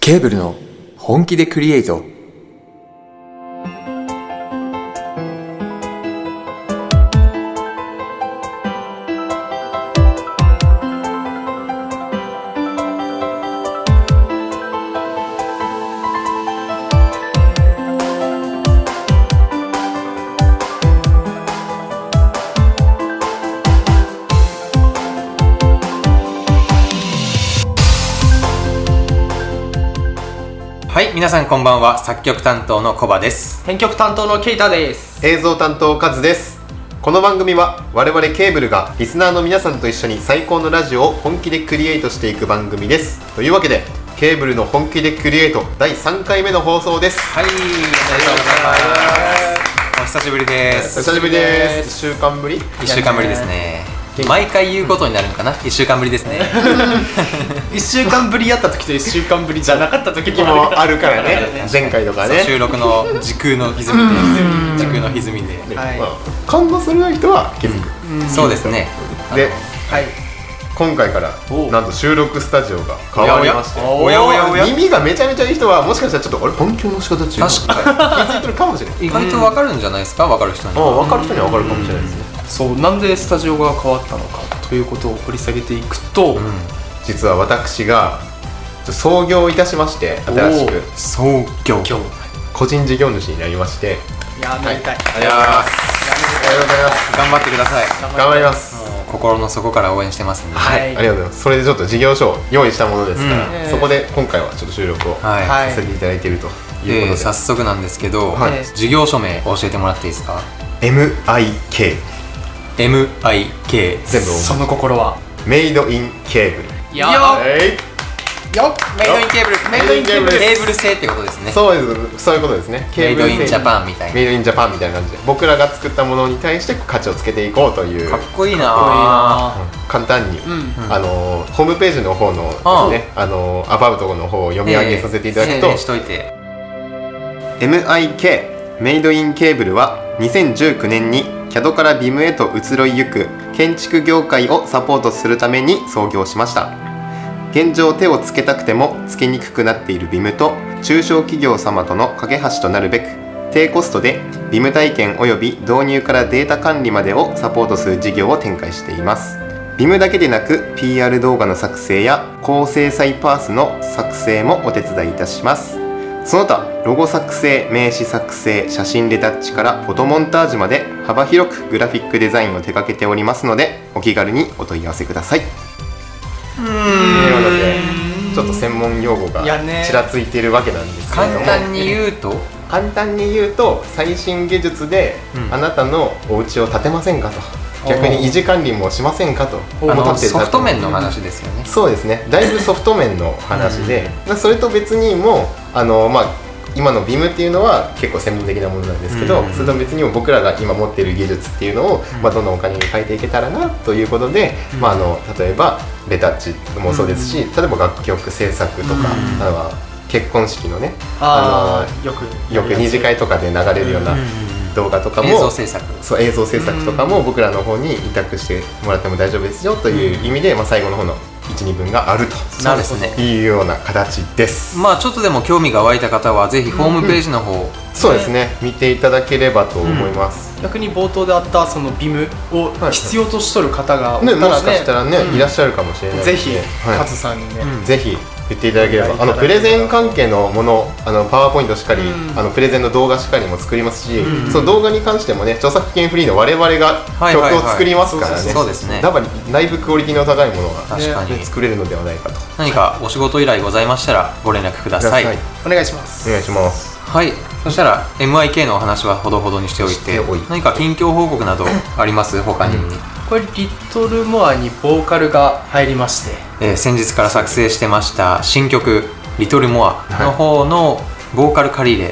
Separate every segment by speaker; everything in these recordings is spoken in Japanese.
Speaker 1: ケーブルの本気でクリエイト。
Speaker 2: はい、皆さんこんばんは。作曲担当のコバです。
Speaker 3: 編曲担当のケイタです
Speaker 4: 映像担当カズですこの番組は我々ケーブルがリスナーの皆さんと一緒に最高のラジオを本気でクリエイトしていく番組ですというわけでケーブルの本気でクリエイト第3回目の放送です
Speaker 2: はい、おめでとうございます。お久しぶりです。
Speaker 4: お久しぶりです1週間ぶり
Speaker 2: 一週間ぶりですね。毎回言うことになるのかな。一週間ぶりですね。
Speaker 3: 1週間ぶりやった時と1週間ぶりじゃなかった時
Speaker 4: 時もあるからね前回とかね
Speaker 2: そう収録の時空の歪みで、時空の歪みで。
Speaker 3: はい
Speaker 4: まあ、感動するない人は気づく、
Speaker 2: そうですね。
Speaker 4: で
Speaker 3: はい
Speaker 4: 今回から
Speaker 3: おう
Speaker 4: なんと収録スタジオが変わりまして
Speaker 2: おやおやおやおや
Speaker 4: 耳がめちゃめちゃいい人はもしかしたらちょっと俺音響の仕方違うみたいな気
Speaker 2: 確
Speaker 4: づいてるかもしれない
Speaker 2: 意外とわかるんじゃないですか。わかる人に。
Speaker 4: あ分かる人には分かるかもしれないですね
Speaker 3: そうなんでスタジオが変わったのかということを掘り下げていくと、
Speaker 4: 実は私がちょっと創業いたしまして新し
Speaker 3: お
Speaker 4: く
Speaker 2: 創業。
Speaker 3: 今日
Speaker 4: 個人事業主になりまして
Speaker 3: いやーめでた
Speaker 4: ありがとうござい
Speaker 3: い
Speaker 4: ますありがとうございます
Speaker 2: 頑張ってください。
Speaker 4: 頑張ります
Speaker 2: もう心の底から応援してますんで。
Speaker 3: は
Speaker 4: あ
Speaker 3: い
Speaker 4: りがとうございますそれでちょっと事業所を用意したものですから、
Speaker 3: うん
Speaker 4: そこで今回はちょっと収録をさ
Speaker 2: はい。
Speaker 3: はい
Speaker 4: せていただいているということ
Speaker 2: で
Speaker 4: で、
Speaker 2: 早速なんですけど、
Speaker 4: はい
Speaker 2: 事業署名教えてもらっていいですか
Speaker 4: MIK
Speaker 2: MIK
Speaker 4: 全部
Speaker 3: その心は
Speaker 4: メイドインケーブル
Speaker 3: よ
Speaker 2: よ
Speaker 4: えい
Speaker 3: よ
Speaker 2: メイドインケーブル
Speaker 4: メイドインケーブル
Speaker 2: ケーブル製ってことですね
Speaker 4: そうですそういうことですね
Speaker 2: メイドインジャ
Speaker 4: ン
Speaker 2: パンみたいな
Speaker 4: メイドインジャパンみたいな感じで僕らが作ったものに対して価値をつけていこうという
Speaker 2: かっこいいな
Speaker 3: か
Speaker 4: 簡単に、
Speaker 3: ん
Speaker 4: あのホームページの方のです
Speaker 2: ああ
Speaker 4: ね、あのアバウトの方を読み上げさせていただくと、
Speaker 2: ええ宣伝しといて
Speaker 4: MIK メイドインケーブルは2019年に CAD から BIM へと移ろいゆく建築業界をサポートするために創業しました現状手をつけたくてもつけにくくなっている BIM と中小企業様との架け橋となるべく低コストで BIM 体験及び導入からデータ管理までをサポートする事業を展開しています BIM だけでなく PR 動画の作成や高精細パースの作成もお手伝いいたしますその他ロゴ作成名刺作成写真レタッチからフォトモンタージュまで幅広くグラフィックデザインを手掛けておりますのでお気軽にお問い合わせくださいということでちょっと専門用語が
Speaker 3: いやね
Speaker 4: ちらついてるわけなんですけれど
Speaker 2: 簡
Speaker 4: も
Speaker 2: 単に言うと
Speaker 4: 簡単に言うと最新技術で
Speaker 2: うん
Speaker 4: あなたのお家を建てませんかと逆に維持管理もしませんかと
Speaker 2: あ
Speaker 4: もう
Speaker 2: の
Speaker 4: 建ってる
Speaker 2: ソフト面の話ですよね
Speaker 4: そうですねだいぶソフト面の話で、まあそれと別にもうあの、まあ、今の BIM っていうのは結構専門的なものなんですけど、
Speaker 2: うん
Speaker 4: それと別にも僕らが今持っている技術っていうのを、まあ、どんどんお金に変えていけたらなということで、まあ、あの例えばレタッチもそうですし、例えば楽曲制作とか、あの結婚式のね
Speaker 3: あ
Speaker 4: あ
Speaker 3: ーよく
Speaker 4: のよく二次会とかで流れるような動画とかも、
Speaker 2: 映像制作
Speaker 4: そう映像制作とかも僕らの方に委託してもらっても大丈夫ですよという意味で、まあ、最後の方の12分があると
Speaker 2: そうですね
Speaker 4: いうような形です、
Speaker 2: まあちょっとでも興味が湧いた方はぜひホームページの方
Speaker 4: そうですね見ていただければと思います、
Speaker 3: 逆に冒頭であったそのビムを必要としとる方がおった
Speaker 4: ね
Speaker 3: らね
Speaker 4: もしかしたらね、
Speaker 3: うん
Speaker 4: いらっしゃるかもしれないので
Speaker 3: ぜひ
Speaker 4: はい
Speaker 3: カズさんにね
Speaker 4: ぜひ言っていただければあのプレゼン関係のものあのパワーポイントしかり、
Speaker 3: うん
Speaker 4: あのプレゼンの動画しかりも作りますし、その動画に関してもね著作権フリーの我々が
Speaker 2: いはいはい
Speaker 4: 曲を作りますからね
Speaker 2: そうですね
Speaker 4: だから内部クオリティの高いものが、
Speaker 2: 確かに
Speaker 4: ね作れるのではないかと
Speaker 2: 何かお仕事依頼ございましたらご連絡ください
Speaker 3: お願いします
Speaker 4: お願いします
Speaker 2: はい、そしたら MIK のお話はほどほどにしておい
Speaker 4: して
Speaker 2: て
Speaker 4: おいて
Speaker 2: 何か近況報告などあります他に、
Speaker 3: これリトルモアにボーカルが入りまして
Speaker 2: えー先日から作成してました新曲「リトルモアの方のボーカル借り入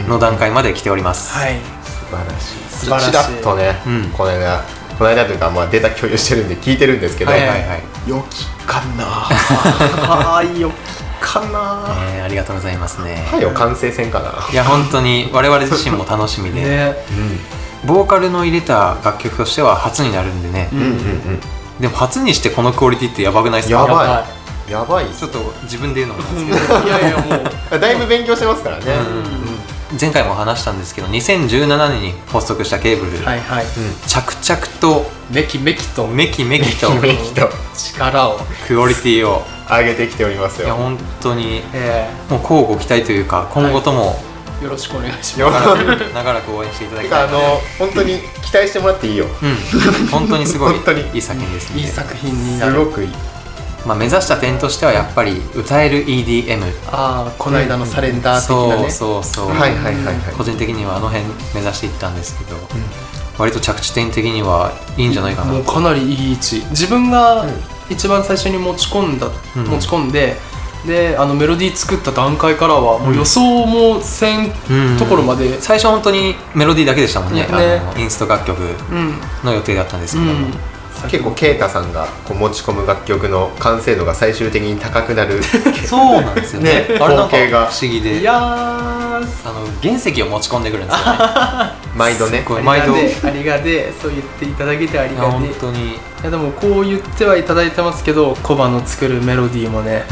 Speaker 2: れの段階まで来ております、
Speaker 3: い
Speaker 4: 素晴らしい
Speaker 3: 素晴らしい
Speaker 4: ちらっとね、
Speaker 2: うん
Speaker 4: この間この間というか、まあ、データ共有してるんで聞いてるんですけど、
Speaker 2: はいはいはい、
Speaker 4: 良きかな
Speaker 3: ああよっ
Speaker 4: かな
Speaker 2: えーありがとうございますね、
Speaker 4: はよ完成せんかな、
Speaker 2: い、や本当に我々自身も楽しみで、
Speaker 3: ね
Speaker 2: ボーカルの入れた楽曲としては初になるんでね、
Speaker 4: うんうんうん
Speaker 2: でも初にしてこのクオリティってやばくないですか
Speaker 4: やばい
Speaker 3: やばい
Speaker 4: やばいっす
Speaker 2: ちょっと自分で言うのもなんですけど
Speaker 3: いやいやもう
Speaker 4: だいぶ勉強してますからね、
Speaker 2: 前回も話したんですけど2017年に発足したケーブル、
Speaker 3: はいはい
Speaker 2: 着々と
Speaker 3: めきめきと
Speaker 2: めきめきと
Speaker 4: めきと
Speaker 3: 力を
Speaker 2: クオリティを
Speaker 4: 上げてきております
Speaker 2: いや
Speaker 4: よ
Speaker 2: 本当に
Speaker 3: え
Speaker 2: もう乞うご期待というか今後とも
Speaker 3: ーよろしくお願いし
Speaker 4: よ
Speaker 3: ます
Speaker 2: 長らく 応援していただ
Speaker 4: て
Speaker 2: き
Speaker 4: か
Speaker 2: た
Speaker 4: あ
Speaker 2: い
Speaker 4: の本当に期待してもらっていいよ
Speaker 2: うん本当にすごい
Speaker 4: 本当に
Speaker 2: いい作品ですね
Speaker 3: いい作品にな
Speaker 4: す
Speaker 3: る
Speaker 4: ごくいい
Speaker 2: まあ、目指した点としてはやっぱり歌える EDM
Speaker 3: ああこの間のサレンダー的な
Speaker 2: そ
Speaker 3: ね
Speaker 2: うそうそう、
Speaker 4: はいはいはいはい
Speaker 2: 個人的にはあの辺目指していったんですけど、割と着地点的にはいいんじゃないかな
Speaker 3: もうかなりいい位置自分が一番最初に持ち込んだ、
Speaker 2: うん
Speaker 3: 持ち込んでであのメロディー作った段階からはもう予想もせん
Speaker 2: うん
Speaker 3: ところまで
Speaker 2: 最初本当にメロディーだけでしたもんね
Speaker 3: ね
Speaker 2: あのインスト楽曲
Speaker 3: うん
Speaker 2: の予定だったんですけども、
Speaker 4: 結構啓太さんがこう持ち込む楽曲の完成度が最終的に高くなる
Speaker 2: そうなんですよね
Speaker 4: ね
Speaker 2: あれなん
Speaker 4: 光景
Speaker 2: か
Speaker 4: が
Speaker 2: 不思議
Speaker 3: い
Speaker 2: で
Speaker 3: や
Speaker 2: あ
Speaker 3: ー
Speaker 2: の原石を持ち込んでくるんですよね
Speaker 4: 毎度ね
Speaker 2: すごい
Speaker 3: あり
Speaker 2: 毎
Speaker 3: が
Speaker 2: 度
Speaker 3: でありがでそう言っていただけてあり
Speaker 2: い
Speaker 3: が
Speaker 2: や
Speaker 3: で
Speaker 2: 本
Speaker 3: い
Speaker 2: 当に、
Speaker 3: やでもこう言ってはいただいてますけどコバの作るメロディーもね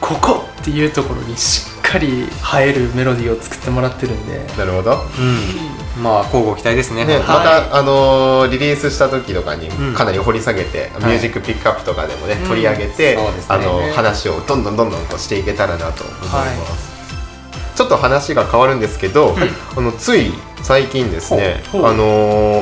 Speaker 3: ここっていうところにしっかり映えるメロディーを作ってもらってるんで
Speaker 4: なるほど
Speaker 2: うんまあ交互期待ですね
Speaker 4: ね、
Speaker 2: 本当に
Speaker 4: また、あのーリリースした時とかに
Speaker 2: うん
Speaker 4: かなり掘り下げて、
Speaker 2: い
Speaker 4: ミュージックピックアップとかでもね、
Speaker 3: うん
Speaker 4: 取り上げて、
Speaker 2: そうですね
Speaker 4: あのー話をどんどんどんどんこうしていけたらなと思います、
Speaker 3: はい
Speaker 4: ちょっと話が変わるんですけど、あのつい最近ですね、
Speaker 3: ほうほう
Speaker 4: あの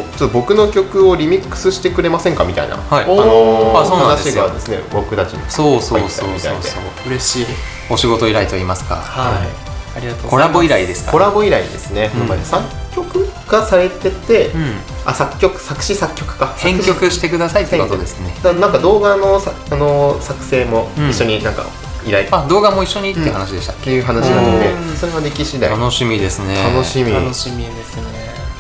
Speaker 4: ーちょっと僕の曲をリミックスしてくれませんかみたいな、
Speaker 2: はい
Speaker 4: あのー
Speaker 2: あそうなんです
Speaker 4: 話
Speaker 2: よ
Speaker 4: がですね僕たちに
Speaker 2: そうそうそうそうそう
Speaker 3: 嬉しい
Speaker 2: お仕事依頼といいますか、
Speaker 3: はいありがとうございます
Speaker 2: コラボ依頼ですか
Speaker 4: コラボ以来ですね、
Speaker 2: うん
Speaker 4: 今まで作曲がされてて、
Speaker 2: うん
Speaker 4: あ作曲作詞作曲か
Speaker 2: 編
Speaker 4: 作詞
Speaker 2: 曲してくださいってことですね
Speaker 4: だなんか動画のさあの作成も
Speaker 2: うん
Speaker 4: 一緒になんか依頼っ
Speaker 2: あ動画も一緒にって話でした、
Speaker 4: ていう話なので、
Speaker 3: うん
Speaker 4: それができ次第楽
Speaker 2: 楽しみですね
Speaker 4: しみ
Speaker 3: 楽しみですね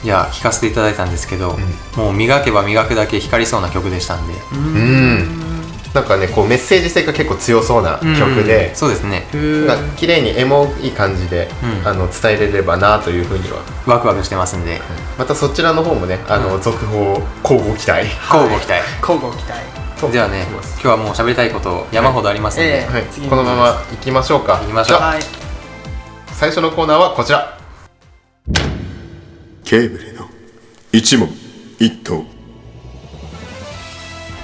Speaker 2: いや聞かせていただいたんですけど、もう磨けば磨くだけ光りそうな曲でしたんで
Speaker 4: うんなんかねこうメッセージ性が結構強そうな曲
Speaker 2: う
Speaker 4: で
Speaker 2: ん、そうですね
Speaker 3: ふ
Speaker 4: なんか綺麗にエモい感じで、
Speaker 2: うん
Speaker 4: あの伝えれればなというふうには
Speaker 2: ワクワクしてますんで
Speaker 4: またそちらの方もねあの、
Speaker 2: う
Speaker 4: 続報を交互期待
Speaker 2: 乞うご期待
Speaker 3: 交互期待
Speaker 4: と
Speaker 2: ではね
Speaker 4: 思います
Speaker 2: 今日はもう喋りたいこと山ほどありますんで、
Speaker 3: え
Speaker 4: はい、
Speaker 3: 次に
Speaker 4: このまま行きましょうか
Speaker 2: 行きましょう
Speaker 4: じゃあ
Speaker 3: い
Speaker 4: 最初のコーナーはこちら
Speaker 5: ケーブルの一問一答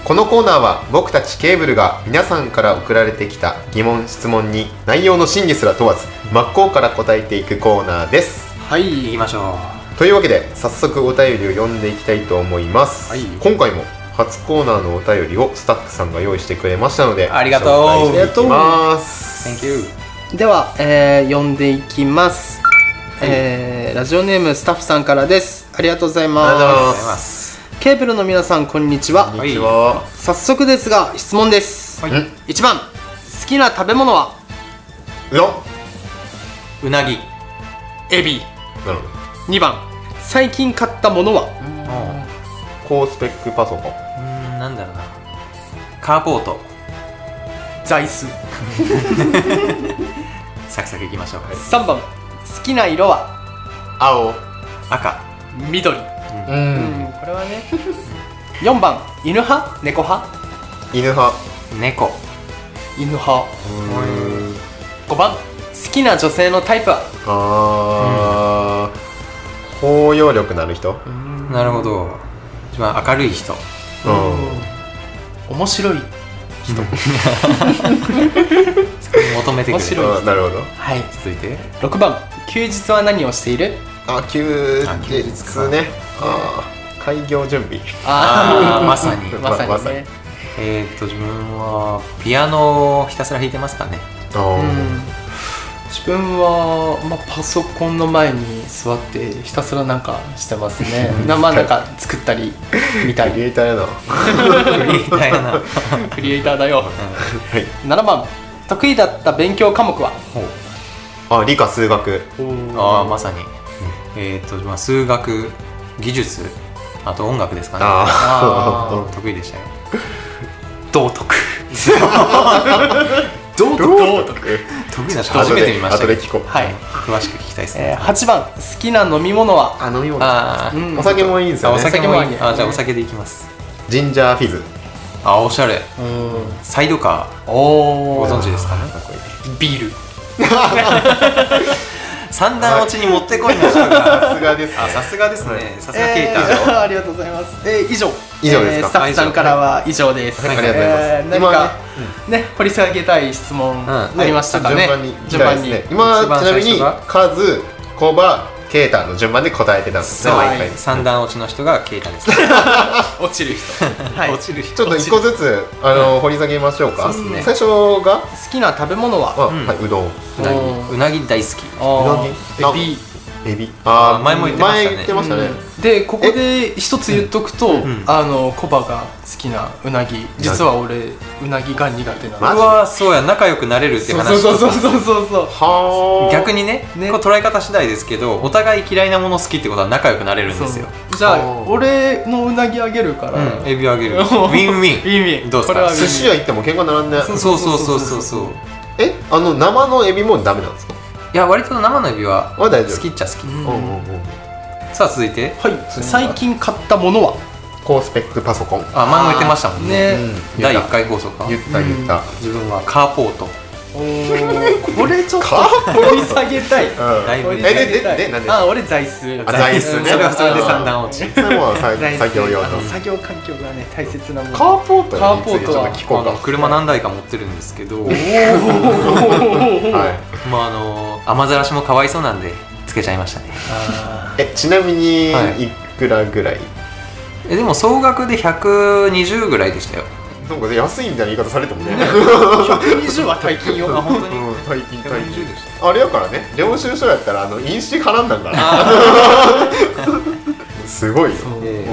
Speaker 4: このコーナーは僕たちケーブルが皆さんから送られてきた疑問質問に内容の真偽すら問わず真っ向から答えていくコーナーです
Speaker 3: はい
Speaker 2: 行きましょ
Speaker 4: というわけで早速お便りを読んでいきたいと思います、
Speaker 3: はい
Speaker 4: 今回も初コーナーのお便りをスタッフさんが用意してくれましたので
Speaker 2: ありがとう
Speaker 4: 紹介していきます
Speaker 2: う Thank you
Speaker 3: では、えー、読んでいきます、えーラジオネームスタッフさんからですありがとうござい
Speaker 4: ありがとう
Speaker 2: あ
Speaker 4: ご
Speaker 2: りがとうご
Speaker 4: ざい
Speaker 2: ざい
Speaker 4: ま
Speaker 2: ますす
Speaker 3: ケーブルの皆さんこんにちは
Speaker 4: こんにちは、
Speaker 3: 早速ですが質問です、
Speaker 2: はい
Speaker 4: ん
Speaker 3: 1番好きな食べ物は
Speaker 4: うどん
Speaker 2: うなぎ
Speaker 3: エビ
Speaker 4: なるほ
Speaker 3: 2番最近買ったものは
Speaker 2: う
Speaker 4: ど高スペックパソコン
Speaker 2: んなんだろうなカーポート
Speaker 3: 座椅子
Speaker 2: サクサクいきましょう
Speaker 3: 3番好きな色は
Speaker 4: 青
Speaker 2: 赤
Speaker 3: 緑、うん、
Speaker 4: うん
Speaker 3: これはね4番犬派猫派
Speaker 4: 犬派
Speaker 2: 猫
Speaker 3: 犬派5番好きな女性のタイプは
Speaker 4: あー、包容力のある人
Speaker 2: なるほど一番明るい人
Speaker 4: うん
Speaker 3: 面白い
Speaker 2: 求めてく
Speaker 3: 面
Speaker 2: れ
Speaker 3: 白
Speaker 2: る
Speaker 3: い
Speaker 4: あなるほど
Speaker 3: はい
Speaker 2: 続いて
Speaker 3: 6番休日は何をしている
Speaker 4: あ休
Speaker 2: あ
Speaker 4: 日
Speaker 2: 休日か
Speaker 4: ねあー開業準備
Speaker 2: あーまさに
Speaker 3: ー まさ
Speaker 4: ま
Speaker 3: に
Speaker 4: さに
Speaker 3: ね、
Speaker 2: えー、っと自分はピアノをひたすら弾いてますかね
Speaker 3: うん自分は、まあ、パソコンの前に座ってひたすらなんかしてますねなまあなんか作ったりみた
Speaker 4: あ
Speaker 3: い
Speaker 4: ークリ
Speaker 3: な
Speaker 4: エイターやな
Speaker 2: みたいな
Speaker 3: クリエイターだよ、7番得意だった勉強科目は
Speaker 4: あ理科数学
Speaker 2: ああまさに、えー、っと、まあ、数学技術あと音楽ですかね
Speaker 4: あ
Speaker 2: 得意でしたよ
Speaker 3: 道徳
Speaker 4: ー道徳
Speaker 2: 得意な人初めて見ました
Speaker 4: 後で
Speaker 2: けど
Speaker 4: 聞こう
Speaker 3: はい、
Speaker 2: 詳しく聞きたいです
Speaker 3: え
Speaker 2: ね
Speaker 3: ー、8番好きな飲み物は
Speaker 4: あ飲み物
Speaker 2: あー
Speaker 3: うん
Speaker 4: お酒もいいんです
Speaker 2: あ
Speaker 4: よ
Speaker 2: お
Speaker 4: ね
Speaker 2: 酒も
Speaker 3: お酒もいい
Speaker 2: いい
Speaker 3: ね
Speaker 2: あじゃあお酒でいきます
Speaker 4: ジンジャーフィズ
Speaker 2: あおしゃれ
Speaker 3: うん
Speaker 2: サイドカー
Speaker 3: お
Speaker 2: ご
Speaker 3: お
Speaker 2: 存知ですかね
Speaker 3: ビール
Speaker 2: 三段落ちに持ってこいましたが
Speaker 4: さすがですね
Speaker 2: あさすがですねさすがケイ
Speaker 3: え
Speaker 2: タ
Speaker 3: ーありがとうございます。えー以上。
Speaker 4: 以上ですか
Speaker 3: えースタッフさんからは以上です。
Speaker 4: はいありがとうございます
Speaker 3: えー何かね掘り下げたい質問あ
Speaker 2: うん
Speaker 4: ね
Speaker 3: りましたかね。
Speaker 4: 順番に行き
Speaker 3: 順
Speaker 4: たい
Speaker 3: 番
Speaker 4: です
Speaker 3: に。
Speaker 4: ね今
Speaker 2: 一番
Speaker 4: ちな
Speaker 2: 最
Speaker 4: み
Speaker 2: 初
Speaker 4: に
Speaker 2: が
Speaker 4: カズコバケータの順番で答えてたんですね
Speaker 2: そう
Speaker 4: 毎回
Speaker 2: 三段落ちの人がケイタです
Speaker 3: 落ちる人。 はい。
Speaker 2: 落ちる人
Speaker 4: ちょっと一個ずつあの掘り下げましょうか
Speaker 2: そう
Speaker 4: 最
Speaker 2: ですね
Speaker 4: 初が
Speaker 3: 好きな食べ物は。
Speaker 4: あ
Speaker 2: うん
Speaker 4: はいうどん
Speaker 2: うなぎ
Speaker 3: おー
Speaker 2: うなぎ大好き
Speaker 3: あ
Speaker 4: うな
Speaker 3: ー
Speaker 4: ぎ
Speaker 3: エビ。
Speaker 4: エビ
Speaker 2: あ前も言ってましたね
Speaker 4: 前言ってましたね
Speaker 3: うんでここで一つ言っとくと、
Speaker 2: ん
Speaker 3: あのコバが好きなうなぎ実は俺うなぎが苦手なの
Speaker 2: う
Speaker 4: マジ
Speaker 2: わそうや仲良くなれるって
Speaker 3: そう
Speaker 2: 話
Speaker 3: そうそうそうそうそう
Speaker 4: はあ
Speaker 2: 逆にね
Speaker 3: ね
Speaker 2: こう捉え方次第ですけどお互い嫌いなもの好きってことは仲良くなれるんですよ
Speaker 3: そうじゃあ
Speaker 4: おー
Speaker 3: 俺のうなぎあげるか
Speaker 2: う
Speaker 3: ら、
Speaker 2: んエビをあげるウ
Speaker 3: おー
Speaker 2: ィンウィン
Speaker 3: いい意味
Speaker 2: どうですか
Speaker 3: これは
Speaker 4: 寿司屋行っても喧嘩並んで
Speaker 3: そう
Speaker 2: そうそうそうそうそう
Speaker 4: えあの生のエビもダメなんですか
Speaker 2: いや割と生のエビは
Speaker 4: は大丈夫
Speaker 2: 好きっちゃ好き
Speaker 3: うん
Speaker 4: うんうんうん
Speaker 2: さあ続いて
Speaker 3: はい最近買ったものは
Speaker 4: 高スペックパソコン
Speaker 2: あ前も言ってましたもんね
Speaker 3: ね
Speaker 4: うん
Speaker 2: 第1回放送か
Speaker 4: 言った言った
Speaker 2: 自分はカーポート
Speaker 3: おーこれちょっと
Speaker 4: カー
Speaker 3: 掘 り下げたい
Speaker 4: うん
Speaker 2: だいぶ
Speaker 3: 掘
Speaker 4: え
Speaker 3: り
Speaker 4: で
Speaker 3: 下げたい
Speaker 4: ででなんで
Speaker 3: あ俺座椅子
Speaker 4: あ座椅子ね
Speaker 2: それはそれで三段落
Speaker 4: そ
Speaker 2: ち
Speaker 4: れも さ
Speaker 3: 座椅子
Speaker 4: 作業用の
Speaker 3: あの作業環境がね大切なもの
Speaker 4: カーポート
Speaker 3: カーポートは
Speaker 4: についてちょっと聞こ
Speaker 2: あ
Speaker 4: うか
Speaker 2: の車何台か持ってるんですけど
Speaker 4: はい
Speaker 2: まああの雨ざらしもかわいそうなんでつけちゃいましたね
Speaker 3: あ
Speaker 4: えちなみに
Speaker 2: はい
Speaker 4: いくらぐらい、
Speaker 2: えでも総額で120ぐらいでしたよ
Speaker 4: なんかね安いみたいな言い方されてもね
Speaker 3: ー120は大金よ
Speaker 2: あ本当に
Speaker 4: うん大金大金
Speaker 2: 120でし
Speaker 4: あれやからね領収書やったらあの飲酒絡んだんからすごいよ
Speaker 3: そう
Speaker 2: え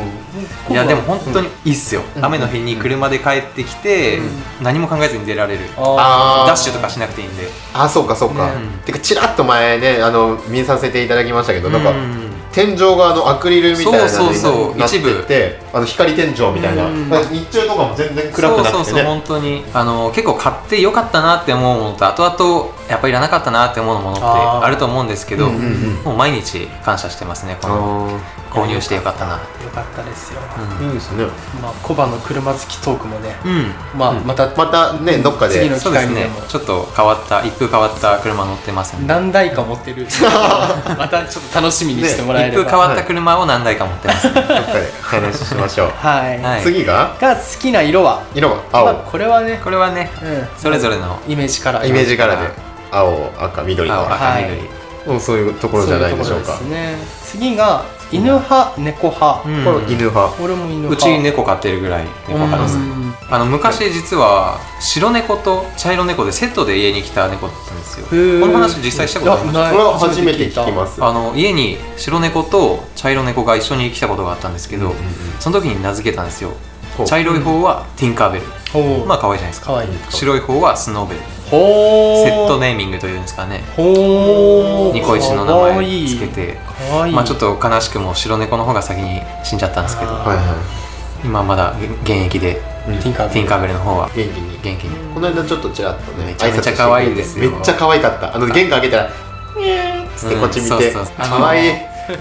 Speaker 4: うん
Speaker 2: いやでも本当にいいっすよ、雨の日に車で帰ってきて、何も考えずに出られる、
Speaker 3: あ
Speaker 2: ダッシュとかしなくていいんで
Speaker 4: あそうかそうか、
Speaker 2: ね
Speaker 4: てかちらっと前ねあの見させていただきましたけど、なんか
Speaker 2: うん
Speaker 4: 天井があのアクリルみたいなの
Speaker 2: そうそうそう
Speaker 4: になっててあの光天井みたいな、
Speaker 3: うん
Speaker 4: だから日中とかも全然暗くなくてね
Speaker 2: そうそうそう本当にあの結構買ってよかったなって思うものと後々やっぱいらなかったなって思うものって
Speaker 3: あー
Speaker 2: あると思うんですけど、
Speaker 4: うんうん
Speaker 2: もう毎日感謝してますねこの
Speaker 4: あ
Speaker 2: 購入してよかったな
Speaker 3: ーよかったですよ
Speaker 4: ーいいですね
Speaker 3: まあコバの車好きトークもね
Speaker 2: うん、
Speaker 3: まあ
Speaker 2: うん
Speaker 3: また
Speaker 4: またねどっか
Speaker 3: 次
Speaker 4: で
Speaker 3: の
Speaker 2: そうですね
Speaker 3: 機械にも
Speaker 2: ちょっと変わった一風変わった車乗ってますんで
Speaker 3: 何台か持 ってるまたちょっと楽しみにしてもらえ
Speaker 2: 一
Speaker 3: れ
Speaker 2: 風変
Speaker 3: ば
Speaker 2: わった車を何台か持ってます、
Speaker 4: どっかで話しましょう
Speaker 3: は
Speaker 2: はいい、
Speaker 4: 次が
Speaker 3: が好きな色は
Speaker 4: 色は
Speaker 3: ま
Speaker 4: 青、
Speaker 3: あこれはね
Speaker 2: これはね
Speaker 3: うん
Speaker 2: それぞれの
Speaker 3: イメージカラー
Speaker 4: イメージカラーで青赤緑
Speaker 2: 青
Speaker 4: の
Speaker 2: 赤緑、
Speaker 3: は
Speaker 4: うんそういうところじゃないでしょうか
Speaker 3: そういうところですね次が犬派猫派、
Speaker 2: うん
Speaker 4: この犬派
Speaker 3: 俺も犬
Speaker 2: う
Speaker 3: 派
Speaker 2: ち猫飼ってるぐらい猫派です、
Speaker 3: うん
Speaker 2: あの昔実は白猫と茶色猫でセットで家に来た猫だったんですよこ
Speaker 3: へー
Speaker 2: の話実際したことありまし
Speaker 3: いや
Speaker 4: これ
Speaker 3: な
Speaker 4: は初めて
Speaker 3: い
Speaker 4: 聞きます
Speaker 2: たあの家に白猫と茶色猫が一緒に来たことがあったんですけど、
Speaker 4: うんうん
Speaker 2: その時に名付けたんですよ
Speaker 4: ほう
Speaker 2: 茶色い方はティンカーベル、
Speaker 3: ほう
Speaker 2: まあ可愛いじゃないです
Speaker 3: か
Speaker 2: か
Speaker 3: わいい
Speaker 2: 白い方はスノーベル
Speaker 3: ほう
Speaker 2: セットネーミングというんですかね
Speaker 3: ほう
Speaker 2: ニコイチの名前つけて
Speaker 3: かわいい
Speaker 2: まあちょっ
Speaker 3: と
Speaker 2: と悲しくも白猫の方が先に死んじゃったんですけど
Speaker 3: あ
Speaker 4: はいは
Speaker 2: 今まだ現役で
Speaker 4: い、うん
Speaker 3: ティンカー
Speaker 2: ティンカーベルの方は
Speaker 4: 元気に
Speaker 2: 元気に
Speaker 4: この間ちょっとちらっとね
Speaker 2: めちゃめちゃ
Speaker 4: 挨拶してくれて
Speaker 2: 可愛いですよ
Speaker 4: めっちゃ可愛かったあの玄関開けたら「にゃー」っつってこっち見て
Speaker 2: うんそうそう
Speaker 4: 「可愛い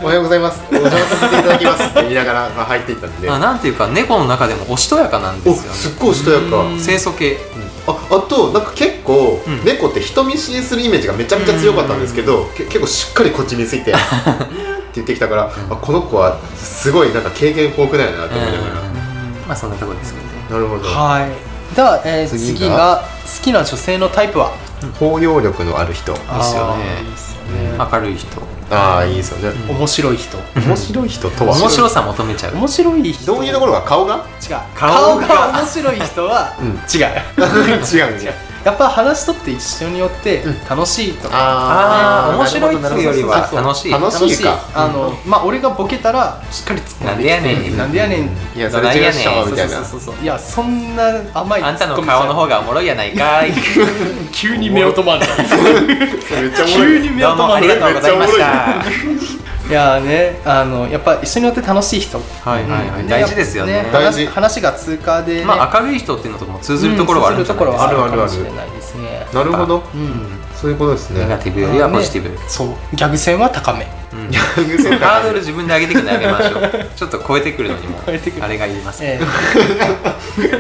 Speaker 4: おはようございますお邪魔させていただきます」って言いながらまあ入っていったんで
Speaker 2: あなんていうか猫の中でもおしとやかなんで
Speaker 4: お
Speaker 2: すよね
Speaker 4: すっごいしとやか
Speaker 3: うん
Speaker 2: 清楚系
Speaker 4: ああとなんか結構、
Speaker 2: うん
Speaker 4: 猫って人見知りするイメージがめちゃめちゃ強かったんですけど、け結構しっかりこっち見つ いてって言ってきたから、あこの子はすごいなんか経験豊富だよなと思いながら、
Speaker 2: まあそんなとこですけどね
Speaker 4: なるほど、
Speaker 3: はいでは、えー次
Speaker 4: 次が
Speaker 3: が好きな女性のタイプは
Speaker 4: 包容力のある人
Speaker 2: いいっすよね
Speaker 3: あーいいっすよね
Speaker 2: 明るい人
Speaker 4: ああいいですよね、
Speaker 3: 面白い人
Speaker 4: 面白い人とは
Speaker 2: 面白さ求めちゃう
Speaker 3: 面白い人
Speaker 4: どういうところが顔が
Speaker 3: 違う
Speaker 2: 顔
Speaker 3: 顔
Speaker 2: が
Speaker 3: が面白い人 は、
Speaker 4: うん
Speaker 3: 違う
Speaker 4: 違うんですよ
Speaker 3: やっぱ話しとって一緒によって楽しいとか、
Speaker 2: あー面白いっていうよりは
Speaker 4: なるほど
Speaker 2: 楽しい
Speaker 4: 楽し
Speaker 3: 楽
Speaker 4: い
Speaker 3: しい
Speaker 4: か
Speaker 3: あの、まあ俺がボケたらしっかり突っ込んで
Speaker 2: なんでやねん
Speaker 3: なんでやねん
Speaker 4: いやそれ違うっしょ
Speaker 2: うん
Speaker 4: みたいな
Speaker 3: そうそうそうそういやそんな甘い
Speaker 2: あんたの
Speaker 3: ツッコミじゃ
Speaker 2: 顔の方がおもろいやないか い
Speaker 3: 急に目を止まる
Speaker 4: めっちゃおもろ
Speaker 3: 急
Speaker 4: い
Speaker 3: に目
Speaker 2: ど
Speaker 3: を
Speaker 2: う
Speaker 3: 止
Speaker 2: も
Speaker 3: ま
Speaker 2: あり
Speaker 3: る
Speaker 2: がとうございました
Speaker 3: いやーねあのやっぱ一緒によって楽しい人
Speaker 2: はいはいはい
Speaker 3: ね
Speaker 2: 大事ですよね
Speaker 3: やっぱ
Speaker 4: 大事
Speaker 3: 話話が通過でね、
Speaker 2: まあ明るい人っていうのとも通ずるところはあるんじゃないです
Speaker 4: か
Speaker 2: か
Speaker 4: あるあるある
Speaker 3: かもしれないですねね
Speaker 4: なるほど、
Speaker 3: うん
Speaker 4: そういうことです
Speaker 2: ネガ
Speaker 4: ね
Speaker 2: ティブよりはポジティブ、
Speaker 3: そうギャグ戦は高め
Speaker 2: うん
Speaker 4: 偶然だ
Speaker 2: ハードル自分で上げてくのやめましょうちょっと超えてくるのにも
Speaker 3: 超えてくる
Speaker 2: あれがいります
Speaker 3: え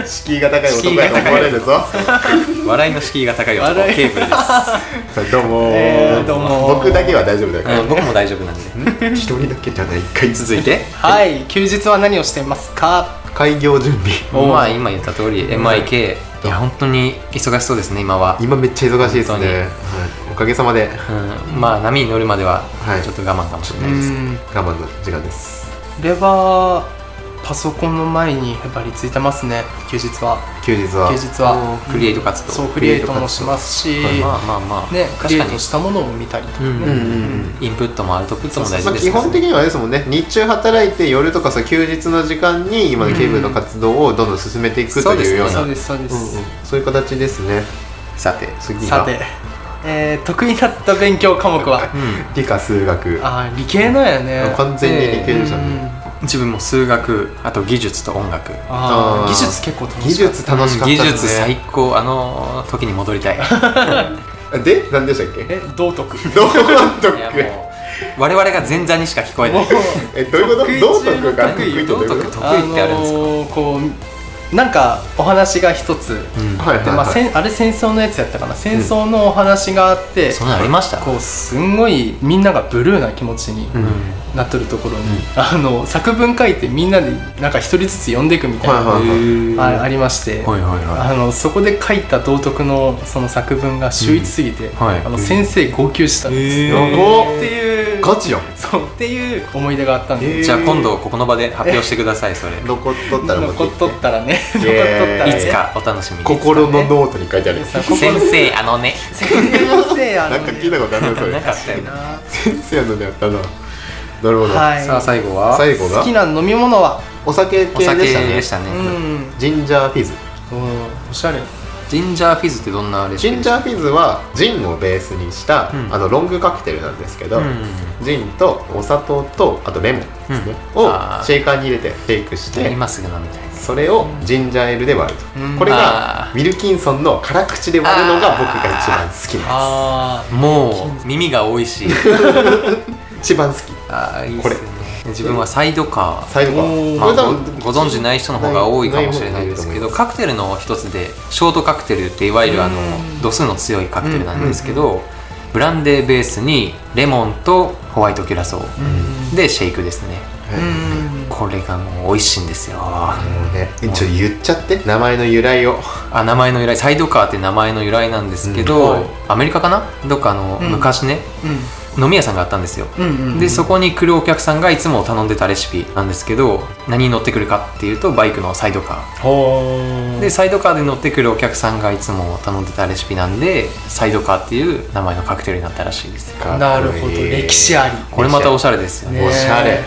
Speaker 4: 敷居が高い男やと思われるぞ
Speaker 2: 笑いの敷居が高い男
Speaker 3: 笑い
Speaker 2: ケーブルです
Speaker 4: どうもー、
Speaker 3: えーどうもー
Speaker 4: 僕だけは大丈夫だか
Speaker 2: うん僕も大丈夫なんで
Speaker 4: ら一人だけじゃない一回
Speaker 2: 続いて
Speaker 3: えはい休日は何をしてますか
Speaker 4: 開業準備
Speaker 2: まあ今言った通り MIK いや本当に忙しそうですね今は、
Speaker 4: 今めっちゃ忙しいです
Speaker 2: 本当に
Speaker 4: ね、はいおかげさまで
Speaker 2: うん、まあ波に乗るまでは
Speaker 4: はい
Speaker 2: ちょっと我慢かもしれないです、
Speaker 3: ん
Speaker 4: 我慢の時間です
Speaker 3: 俺はパソコンの前にへばりついてますね休日は
Speaker 4: 休日は
Speaker 3: 休日は
Speaker 2: クリエイト活動
Speaker 3: そうクリエイトもしますし、
Speaker 2: まあまあまあ、
Speaker 3: ね、ク
Speaker 2: 確
Speaker 3: リエイ
Speaker 2: か
Speaker 3: ト
Speaker 2: に
Speaker 3: したものを見たりとかね、
Speaker 2: うん
Speaker 4: うんうん
Speaker 2: インプットもアウトプットも大
Speaker 4: ま
Speaker 2: 事
Speaker 4: あ、
Speaker 2: です
Speaker 4: 基
Speaker 2: から
Speaker 4: 本的にはあれですもんね日中働いて夜とかさ休日の時間に今のケーブルの活動をどんどん進めていくと
Speaker 2: そうです
Speaker 4: い
Speaker 2: ね
Speaker 4: うような
Speaker 3: そううん
Speaker 4: うん
Speaker 3: ですそうです、
Speaker 4: そういう形ですね
Speaker 2: さて
Speaker 4: 次
Speaker 3: さ
Speaker 4: が
Speaker 3: て、えー得意だった勉強科目は
Speaker 4: 理科数学
Speaker 3: あー理系なんやね
Speaker 4: 完全に理系でしたね、
Speaker 3: うん
Speaker 2: 自分も数学あと技術と音楽
Speaker 4: あ
Speaker 3: あ
Speaker 4: ー
Speaker 3: ー技術結構楽しかった
Speaker 4: 技術楽しかった
Speaker 2: 技
Speaker 4: です
Speaker 2: 術
Speaker 4: ね
Speaker 2: 最高あの時に戻り たいいや
Speaker 4: で何でしたっけ
Speaker 3: え道徳
Speaker 4: 道
Speaker 2: も
Speaker 4: 徳
Speaker 2: う我々が前座にしか聞こえない
Speaker 4: えどういうこと道徳が得意ってどういうこ
Speaker 2: 道
Speaker 4: と
Speaker 2: 徳得意ってあるんですか、
Speaker 3: のーこうなんかお話が一つ、
Speaker 2: うん
Speaker 4: はいはい
Speaker 3: でまあ、せんあれ戦争のやつやったかな戦争のお話があって、
Speaker 2: そんなのありました
Speaker 3: こうすんごいみんながブルーな気持ちに
Speaker 2: うん
Speaker 3: なっとるところに、あの作文書いてみんなでなんか一人ずつ読んでいくみたいな、
Speaker 4: はいはい
Speaker 3: あありまして、
Speaker 2: はいはいはい
Speaker 3: あのそこで書いた道徳のその作文が秀逸すぎて、
Speaker 2: はい
Speaker 3: あの先生号泣したんですよ、
Speaker 4: やばっ
Speaker 3: っていう
Speaker 4: ガチやん
Speaker 3: そうっていう思い出があったんで、
Speaker 2: じゃあ今度ここの場で発表してくださいそ れい
Speaker 4: 残っとったら持て
Speaker 3: 残
Speaker 4: き
Speaker 3: ってとったらね残っとっ
Speaker 4: え
Speaker 3: たら
Speaker 4: ー
Speaker 3: ね
Speaker 2: つかお楽しみに
Speaker 4: 心のノートに書いてある
Speaker 3: さここ
Speaker 2: 先生あのね
Speaker 3: 先生あ
Speaker 4: な
Speaker 3: の
Speaker 4: んか聞いたことあるなそれ
Speaker 2: なかったよな
Speaker 4: 先生のであったななるほど、
Speaker 3: はい
Speaker 2: さあ最後は
Speaker 4: 最後
Speaker 3: 好
Speaker 4: が
Speaker 3: きな飲み物は
Speaker 4: お酒系
Speaker 2: お
Speaker 4: でした
Speaker 2: 酒
Speaker 4: ね
Speaker 2: でした
Speaker 3: う
Speaker 2: ね
Speaker 3: ん
Speaker 4: ジンジャーフィズ
Speaker 3: おしゃれ
Speaker 2: ジンジャーフィズってどんなレシ
Speaker 4: ジ
Speaker 2: ピ
Speaker 4: ン
Speaker 2: で
Speaker 4: ジ
Speaker 2: す
Speaker 4: ャ
Speaker 2: か
Speaker 4: ーフィズはジンをベースにした、
Speaker 2: うん
Speaker 4: あのロングカクテルなんですけど、ジンとお砂糖とあとレモンですね、
Speaker 2: うん
Speaker 4: を
Speaker 2: あー
Speaker 4: シェイカーに入れてシェイクし
Speaker 2: うん
Speaker 4: て
Speaker 2: 今すぐ飲みたい
Speaker 4: それをジンジャーエールで割ると、
Speaker 3: うん
Speaker 4: これ
Speaker 2: あ
Speaker 4: がウィルキンソンの辛口で割るのが僕が一番好きな
Speaker 3: あ
Speaker 2: も う耳が多いし
Speaker 4: 一番好き
Speaker 2: あーいいっ
Speaker 4: これ
Speaker 2: すね自分はサイドカー
Speaker 4: 最後は、
Speaker 3: おー
Speaker 2: まあ
Speaker 4: これ多分
Speaker 2: ごご存知ない人の方が多いかもしれないですけど
Speaker 4: な
Speaker 2: カクテルの一つでショートカクテルっていわゆるあの
Speaker 3: うん
Speaker 2: 度数の強いカクテルなんですけどブランデーベースにレモンとホワイトキュラソ
Speaker 3: う
Speaker 2: ー
Speaker 3: ん
Speaker 2: でシェイクですね
Speaker 3: うん
Speaker 2: これがもう美味しいんですよあ
Speaker 4: もうねちょ言っちゃって名前の由来を
Speaker 2: 名前の由来サイドカーって名前の由来なんですけど、
Speaker 4: うんはい
Speaker 2: アメリカかなどっかあの、
Speaker 3: うん
Speaker 2: 昔ね飲み屋さんがあったんですよ
Speaker 3: うんうん
Speaker 2: でそこに来るお客さんがいつも頼んでたレシピなんですけど何に乗ってくるかっていうとバイクのサイドカー
Speaker 3: ほー
Speaker 2: でサイドカーで乗ってくるお客さんがいつも頼んでたレシピなんでサイドカーっていう名前のカクテルになったらしいです
Speaker 4: かっこいい
Speaker 3: なるほど歴史あり
Speaker 2: これまたおしゃれですよね
Speaker 3: ね
Speaker 4: おしゃれ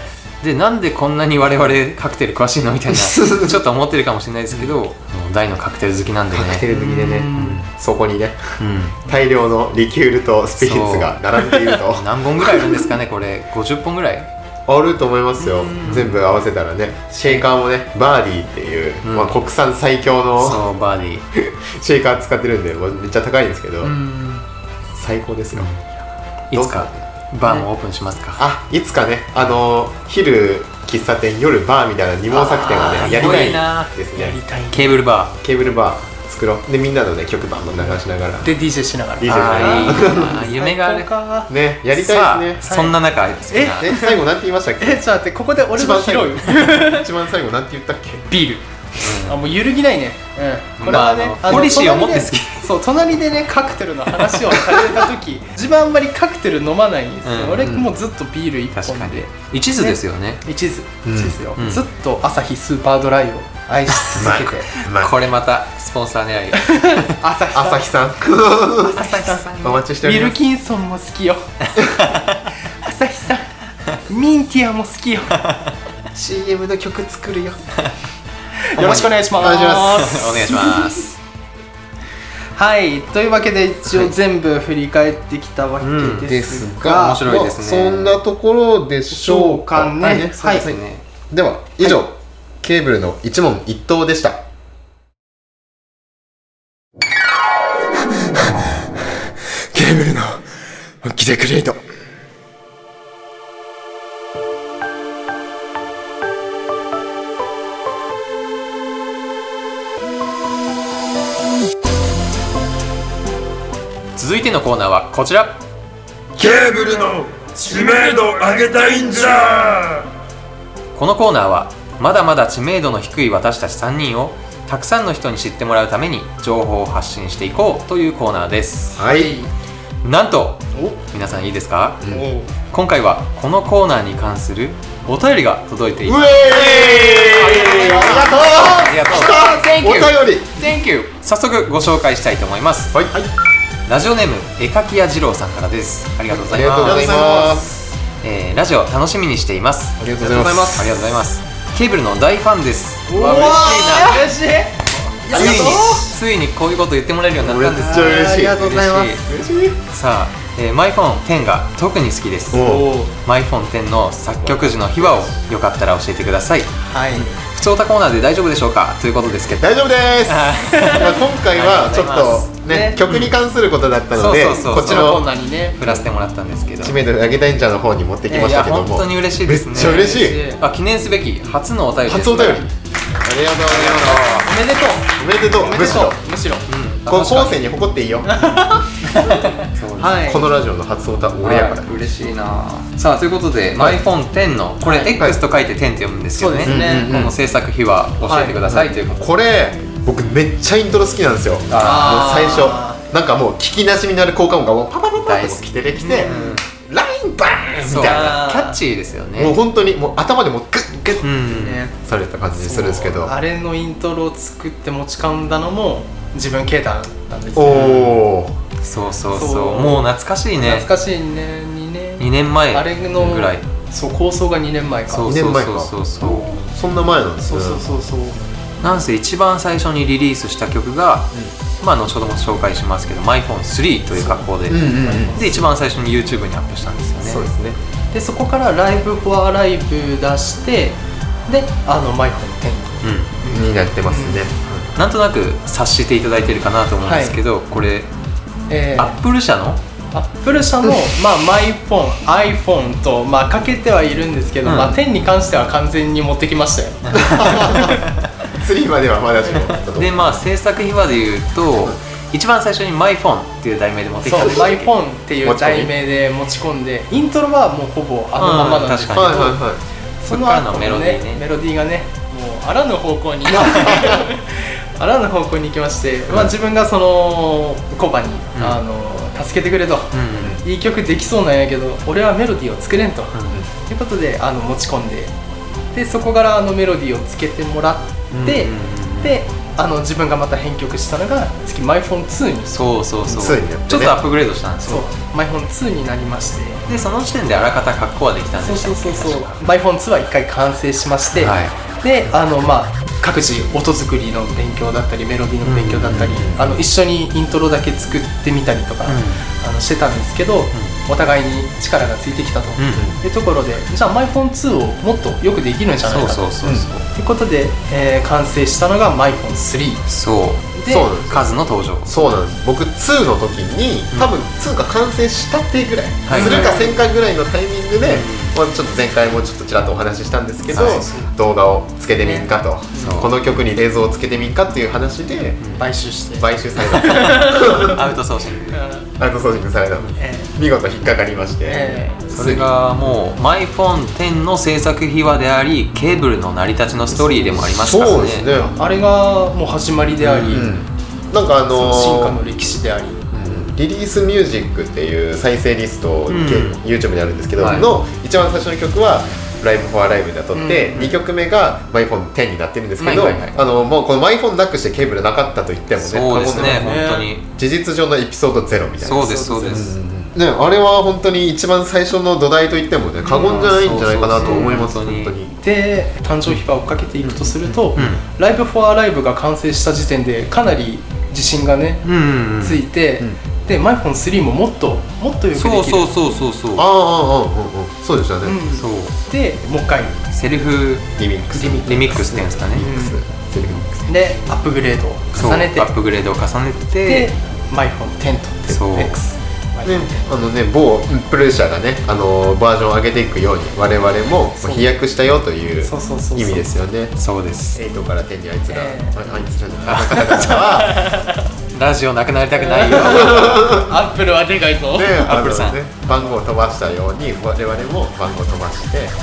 Speaker 2: でなんでこんなに我々カクテル詳しいのみ たいなちょっと思ってるかもしれないですけどもう大のカクテル好きなんで
Speaker 4: カクテ
Speaker 2: ね、
Speaker 4: ル好きでね
Speaker 3: うん
Speaker 4: そこにね
Speaker 2: うん、
Speaker 4: 大量のリキュールとスピリッツが並んでいる と
Speaker 2: 何本ぐらいあるんですかねこれ50本ぐらい
Speaker 4: あると思いますよ全部合わせたらねシェイカーもねバーディーっていう、
Speaker 2: うん
Speaker 4: まあ、国産最強の
Speaker 2: そうバーディー
Speaker 4: シェイカー使ってるんでもうめっちゃ高いんですけど、
Speaker 3: うん
Speaker 4: 最高ですよ、
Speaker 2: いつかバーもオープンしますか、
Speaker 4: あいつかねあの昼喫茶店夜バーみたいな二毛作店を
Speaker 2: あー
Speaker 4: ねやり
Speaker 2: いいな
Speaker 4: たいです
Speaker 3: やり
Speaker 4: ね
Speaker 3: たい
Speaker 2: ケーブルバー
Speaker 4: ケーブルバー作ろうでみんなのね曲バンバン流しながら
Speaker 3: で DJ しながら
Speaker 4: DJ
Speaker 2: あーいいなあ ー夢がある
Speaker 3: 最高か
Speaker 4: ねやりたいですね
Speaker 2: さあそんな中好きな
Speaker 4: え最後なんて言いましたっ
Speaker 3: え
Speaker 4: け
Speaker 3: ちょっと待ってここで俺
Speaker 4: 一
Speaker 3: の
Speaker 4: 番
Speaker 3: 拾
Speaker 4: 最後
Speaker 3: う
Speaker 4: 一番最後なんて言ったっけ
Speaker 3: ビールあもう揺るぎないねうんこれはね
Speaker 2: まああのポリシーを持って好き
Speaker 3: 隣でそう隣でねカクテルの話をされた時自分あんまりカクテル飲まないんです
Speaker 2: うん
Speaker 3: よ俺もうずっとビール一
Speaker 2: 確か
Speaker 3: 本
Speaker 2: に
Speaker 3: で
Speaker 2: 一途ですよね
Speaker 3: 一途
Speaker 4: うん
Speaker 3: 一途よ
Speaker 2: うん
Speaker 3: ずっと朝日スーパードライを愛し続けて
Speaker 4: まあ
Speaker 2: これまたスポンサー狙い
Speaker 3: 朝日さん
Speaker 4: 朝日さん
Speaker 3: 朝日さん
Speaker 4: お待ちしてお
Speaker 3: ウ
Speaker 4: り
Speaker 3: ィ
Speaker 4: ま
Speaker 3: ル
Speaker 4: す
Speaker 3: キンソンも好 きよ朝日さんミンティアも好きよ
Speaker 4: CM の曲作 るよ
Speaker 3: よろしくお願いしま
Speaker 4: お
Speaker 3: す
Speaker 4: 願いします
Speaker 2: お願いします
Speaker 3: はいというわけで一応全部振り返ってきたわけですが、
Speaker 2: 面白いですね
Speaker 4: まあそんなところでしょうか
Speaker 3: そうかね
Speaker 4: はい
Speaker 3: はい
Speaker 4: そうですねでは以上、ケーブルの一問一答でした
Speaker 1: ーブルの本気でクリエイト
Speaker 2: 続いてのコーナーはこちら
Speaker 5: ケーブルの知名度上げたいんじゃ
Speaker 2: このコーナーはまだまだ知名度の低い私たち3人をたくさんの人に知ってもらうために情報を発信していこうというコーナーです
Speaker 4: はい
Speaker 2: なんと
Speaker 3: お
Speaker 2: 皆さんいいですか
Speaker 3: おう
Speaker 2: 今回はこのコーナーに関するお便りが届いていますあ
Speaker 4: あり
Speaker 2: り
Speaker 4: が
Speaker 2: が
Speaker 4: と
Speaker 2: とう
Speaker 4: う来た
Speaker 2: Thank
Speaker 4: お便り
Speaker 2: Thank you 早速ご紹介したいと思います
Speaker 4: はい
Speaker 2: ラジオネーム絵描き屋二郎さんからですありがとうござ
Speaker 4: あり
Speaker 2: い
Speaker 4: がとうご
Speaker 2: ま
Speaker 4: ざい
Speaker 2: す
Speaker 4: ます
Speaker 2: えーラジオ楽しみにしています
Speaker 4: ありがと
Speaker 3: うございます
Speaker 2: ありがとうございますケーブルの大ファンです
Speaker 3: お
Speaker 2: わ嬉しいな
Speaker 3: ー嬉しい
Speaker 2: ついについにこういうこと言ってもらえるようになったんです
Speaker 4: めっちゃ嬉しい
Speaker 2: あー
Speaker 4: 嬉しい
Speaker 2: さあ、えー、MyPhone10 が特に好きです
Speaker 4: お
Speaker 3: おう
Speaker 2: MyPhone10 の作曲時の秘話をよかったら教えてください
Speaker 3: はい
Speaker 2: 普通歌コーナーで大丈夫でしょうかということですけど
Speaker 4: 大丈夫ですま
Speaker 2: あ
Speaker 4: あ今回はちょっと
Speaker 3: あ
Speaker 4: ね
Speaker 3: りがと
Speaker 4: 曲に関することだったので
Speaker 2: そうそうそう
Speaker 4: こっち
Speaker 2: そ
Speaker 3: こん
Speaker 4: の
Speaker 3: なにね
Speaker 2: 振らせてもらったんですけど
Speaker 4: 知名度上げたいんじゃの方に持ってきま
Speaker 2: い
Speaker 4: した
Speaker 2: や
Speaker 4: けど
Speaker 2: 本
Speaker 4: も
Speaker 2: 当に嬉しいですね
Speaker 4: めっちゃ嬉しい
Speaker 3: 嬉しい
Speaker 2: あ記念すべき初のお便りです
Speaker 4: 初お便りありがとうございま
Speaker 3: おめでとう
Speaker 4: すおめでとう
Speaker 3: おめ
Speaker 4: む
Speaker 3: で
Speaker 4: し
Speaker 3: と
Speaker 4: ろ
Speaker 3: うむしろ
Speaker 2: うん
Speaker 4: こう
Speaker 2: 楽しか
Speaker 4: 後
Speaker 2: っ
Speaker 4: 世に誇っていいよ
Speaker 2: たそうです
Speaker 3: はい
Speaker 4: このラジオの初歌俺やから
Speaker 2: はい嬉しいなさあということで、
Speaker 4: はい
Speaker 2: iPhone10 のこれ、
Speaker 3: はい
Speaker 2: X と書いて10って読むんですよね、
Speaker 3: そうですね
Speaker 2: この制作秘話教えてください、
Speaker 3: はい
Speaker 2: ということで
Speaker 4: これ僕めっちゃイントロ好きなんですよもう
Speaker 2: あ
Speaker 3: ー
Speaker 4: 最初なんかもう聞きなしになる効果音がもうパパパパ
Speaker 2: 大
Speaker 4: っ
Speaker 2: 好
Speaker 4: て
Speaker 2: き
Speaker 4: きてできてラインバーン
Speaker 2: そ
Speaker 4: み
Speaker 2: うキ
Speaker 4: たい
Speaker 2: ャッチーですよ
Speaker 4: なもう
Speaker 2: ね
Speaker 4: 本当にもう頭でもうグッグ
Speaker 2: う
Speaker 4: ッ
Speaker 2: ん、
Speaker 3: ね
Speaker 4: された感じするんですけど
Speaker 3: あれのイントロを作って持ち込んだのも自分ケータだったんですよ
Speaker 4: おお
Speaker 2: そうそうそう
Speaker 3: そう
Speaker 2: もう懐かしいね
Speaker 3: 懐かしいね2年
Speaker 2: 2年前
Speaker 3: あれの
Speaker 2: ぐらい
Speaker 3: そう構想が2年前か
Speaker 2: そう
Speaker 4: 二
Speaker 2: そ
Speaker 4: 年
Speaker 2: う
Speaker 4: 前か
Speaker 2: そうそうそ
Speaker 4: そんな前なんです
Speaker 3: そ
Speaker 4: ね
Speaker 3: うそうそうそう
Speaker 2: うなんせ一番最初にリリースした曲が、まあ後ほども紹介しますけど MyPhone3 という格好で、
Speaker 4: うんうんうん
Speaker 2: で一番最初に YouTube にアップしたんですよね
Speaker 4: そうですね
Speaker 3: でそこから「ライブ・フォア・ライブ」出してであのマイクの点
Speaker 2: うん
Speaker 4: になってますね
Speaker 2: なんとなく察していただいてるかなと思うんですけど、これ
Speaker 3: え
Speaker 2: アップル社の
Speaker 3: アップル社の、まあ、マイフォン iPhone と、まあ、かけてはいるんですけど、
Speaker 2: うん
Speaker 3: まあ、10に関しては完全に持ってきましたよ
Speaker 4: 釣りまではまだしも
Speaker 2: でまあ制作秘話で言うと一番最初に MyPhone っていう題名で持ってきた
Speaker 3: そ
Speaker 2: ん
Speaker 3: う
Speaker 2: です
Speaker 3: マイフォンっていう題名で持ち込んでイントロはもうほぼあのままなんですけ
Speaker 2: う
Speaker 3: ど、
Speaker 2: ん
Speaker 4: はいはいはい
Speaker 3: その後
Speaker 2: そっからの
Speaker 3: の
Speaker 2: メロディーね
Speaker 3: ねメロディーがねもうあらぬ方 向にあらぬ方向に行きまして、まあ、自分がそのコバに、
Speaker 2: うん
Speaker 3: あの助けてくれと、
Speaker 2: うん
Speaker 3: いい曲できそうなんやけど俺はメロディーを作れんと、
Speaker 2: うんうん
Speaker 3: ということであの持ち込んででそこからあのメロディーをつけてもらって、
Speaker 2: うんうんうんうん
Speaker 3: であの自分がまた編曲したのが次 MyPhone2 に
Speaker 2: そうそうそう
Speaker 4: ついにやってね
Speaker 2: ちょっとアップグレードしたんです
Speaker 3: そう
Speaker 2: よ
Speaker 3: MyPhone2 になりまして
Speaker 2: でその時点であらかた格好はできたん
Speaker 3: そ
Speaker 2: で
Speaker 3: う
Speaker 2: した
Speaker 3: そう
Speaker 2: っけ
Speaker 3: そうそう
Speaker 2: 確か
Speaker 3: MyPhone2 は一回完成しまして、
Speaker 2: はい
Speaker 3: であのまあ各自音作りの勉強だったりメロディーの勉強だったり、
Speaker 2: うんうんうん
Speaker 3: あの一緒にイントロだけ作ってみたりとか、
Speaker 2: うん
Speaker 3: あのしてたんですけど、お互いに力がついてきたと、
Speaker 2: うん
Speaker 3: いうところでじゃあ MyPhone2 をもっとよくできるんじゃない
Speaker 2: そう
Speaker 3: かと
Speaker 2: そうそうそう、
Speaker 3: ということで、えー完成したのが MyPhone3
Speaker 2: そう
Speaker 3: で
Speaker 4: そうなんです
Speaker 2: カズの登場
Speaker 4: そうなんです僕2の時に多分2が完成したってぐらい、
Speaker 2: はい
Speaker 4: するかせんかぐらいのタイミングで、まあ、ちょっと前回もちょっとちらっとお話ししたんですけど、
Speaker 2: はい
Speaker 4: 動画をつけてみんかと、
Speaker 2: そう
Speaker 4: この曲に映像をつけてみんかっていう話で、
Speaker 3: 買収して
Speaker 4: 買収された
Speaker 2: アウトソーシング
Speaker 4: アウトソーシングされたのに
Speaker 3: え
Speaker 4: 見事引っかかりまして、
Speaker 3: ええ
Speaker 2: それがもう MyPhone10 の制作秘話でありケーブルの成り立ちのストーリーでもありますからね
Speaker 4: そうですね
Speaker 3: ーあれがもう始まりであり、
Speaker 4: うんなんかあのー
Speaker 3: 進化の歴史であり
Speaker 4: リリースミュージックっていう再生リスト、
Speaker 2: ん
Speaker 4: YouTube にあるんですけど、
Speaker 2: はい
Speaker 4: の一番最初の曲は「ライブ・フォア・ライブ」で撮って、
Speaker 3: う
Speaker 4: 2曲目が「MyPhone10」になってるんですけど、
Speaker 2: はいはいはい
Speaker 4: あのもうこの MyPhone なくしてケーブルなかったと言ってもね
Speaker 2: そうですね本
Speaker 4: 過言は
Speaker 2: 当に
Speaker 4: 事実上のエピソードゼロみたいな
Speaker 2: そうですそうで
Speaker 4: う
Speaker 2: す
Speaker 4: んね、あれは本当に一番最初の土台と言ってもね過言じゃないんじゃないかなと思います、
Speaker 2: うんそうそうそう
Speaker 4: 本当に
Speaker 3: で誕生秘話をかけていくとすると
Speaker 2: ん
Speaker 3: 「ライブ・フォア・ライブ」が完成した時点でかなり自信がね、
Speaker 2: うんうんうん
Speaker 3: ついて、で MyPhone3 ももっともっとよくでき
Speaker 2: そ
Speaker 3: る
Speaker 2: うそうそうそうそう
Speaker 4: ああああああああそうでしたね、
Speaker 3: うん
Speaker 2: そう
Speaker 3: でもう一回
Speaker 2: セルフ
Speaker 4: リミックス
Speaker 2: リミックスっていうんですかね
Speaker 4: リミックスセルフリミックス
Speaker 3: でアップグレードを
Speaker 2: そう
Speaker 3: 重ねて
Speaker 2: アップグレードを重ねて
Speaker 3: で MyPhone10 と
Speaker 2: そう
Speaker 3: 10X
Speaker 4: ね、あのね某プレッシャーがねあのバージョンを上げていくように我々も
Speaker 3: そう
Speaker 4: 飛躍したよという
Speaker 3: そうそうそうそう
Speaker 4: 意味ですよね
Speaker 2: そうです
Speaker 4: 8から10にあいつら、
Speaker 3: え
Speaker 4: ああいつらじゃないあなた方は
Speaker 2: ラジオなくなりたくないよ
Speaker 3: アップルはでかいぞ
Speaker 4: ね
Speaker 2: アッ
Speaker 4: あ
Speaker 2: プ
Speaker 4: の
Speaker 2: ルさん
Speaker 4: ね番号を飛ばしたように我々も番号を飛ばしてねねね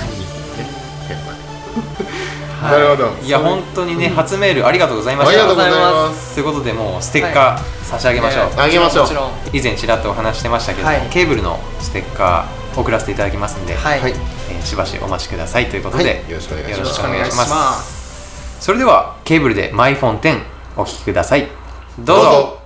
Speaker 4: なるほど
Speaker 2: いや本当にね初メールありがとうございました
Speaker 4: ありがとうございます
Speaker 2: ということでもうステッカー差し上げましょう、
Speaker 4: あげましょう
Speaker 3: もちろん
Speaker 2: 以前ちらっとお話してましたけど、
Speaker 3: はい
Speaker 2: ケーブルのステッカー送らせていただきますんで、
Speaker 3: はい、
Speaker 4: はい
Speaker 2: えーしばしお待ちくださいということで、
Speaker 4: はい
Speaker 2: よ
Speaker 4: よろしくお願いします
Speaker 2: ろしくお
Speaker 3: お
Speaker 2: 願
Speaker 3: 願
Speaker 2: い
Speaker 3: い
Speaker 2: し
Speaker 3: し
Speaker 2: ま
Speaker 3: ますす
Speaker 2: それではケーブルでマイフォン10お聴きくださいどうぞ
Speaker 4: どうぞ